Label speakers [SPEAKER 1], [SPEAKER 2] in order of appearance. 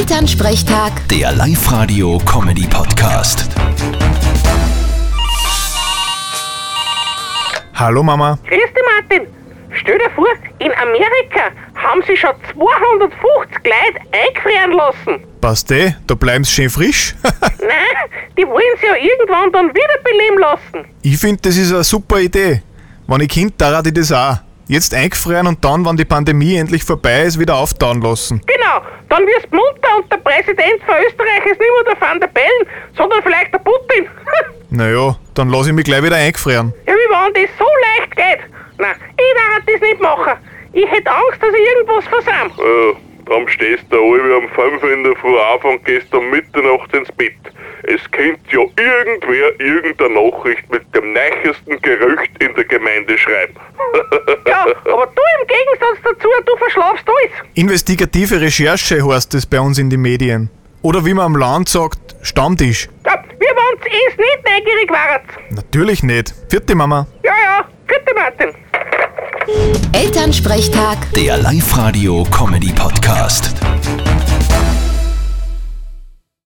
[SPEAKER 1] Elternsprechtag,
[SPEAKER 2] Der Live-Radio-Comedy-Podcast.
[SPEAKER 3] Hallo Mama.
[SPEAKER 4] Grüß dich, Martin. Stell dir vor, in Amerika haben sie schon 250 Leute eingefrieren lassen.
[SPEAKER 3] Passt eh, da bleiben's schön frisch.
[SPEAKER 4] Nein, die wollen sie ja irgendwann dann wiederbeleben lassen.
[SPEAKER 3] ich find, das ist eine super Idee. Wenn ich Kind da rate ich das auch. Jetzt eingefrieren und dann, wenn die Pandemie endlich vorbei ist, wieder auftauen lassen.
[SPEAKER 4] Genau, dann wirst du munter und der Präsident von Österreich ist nicht mehr der Van der Bellen, sondern vielleicht der Putin.
[SPEAKER 3] Naja, dann lass ich mich gleich wieder eingefrieren.
[SPEAKER 4] ja, wie wann das so leicht geht. Nein, ich darf das nicht machen. Ich hätte Angst, dass ich irgendwas versam.
[SPEAKER 5] Ja, Äh, darum stehst du alle um 5 Uhr in der Früh auf und gehst um Mitternacht ins Bett. Es könnte ja irgendwer irgendeine Nachricht mit dem neuesten Gerücht in der Gemeinde schreiben.
[SPEAKER 4] Ja, aber du im Gegensatz dazu, du verschlafst alles.
[SPEAKER 3] Investigative Recherche heißt es bei uns in den Medien. Oder wie man am Land sagt, Stammtisch.
[SPEAKER 4] Ja, wir wollen's es nicht neugierig waren.
[SPEAKER 3] Natürlich nicht. Vierte Mama.
[SPEAKER 4] Ja, ja, bitte Martin.
[SPEAKER 1] Elternsprechtag.
[SPEAKER 2] Der Live-Radio-Comedy-Podcast.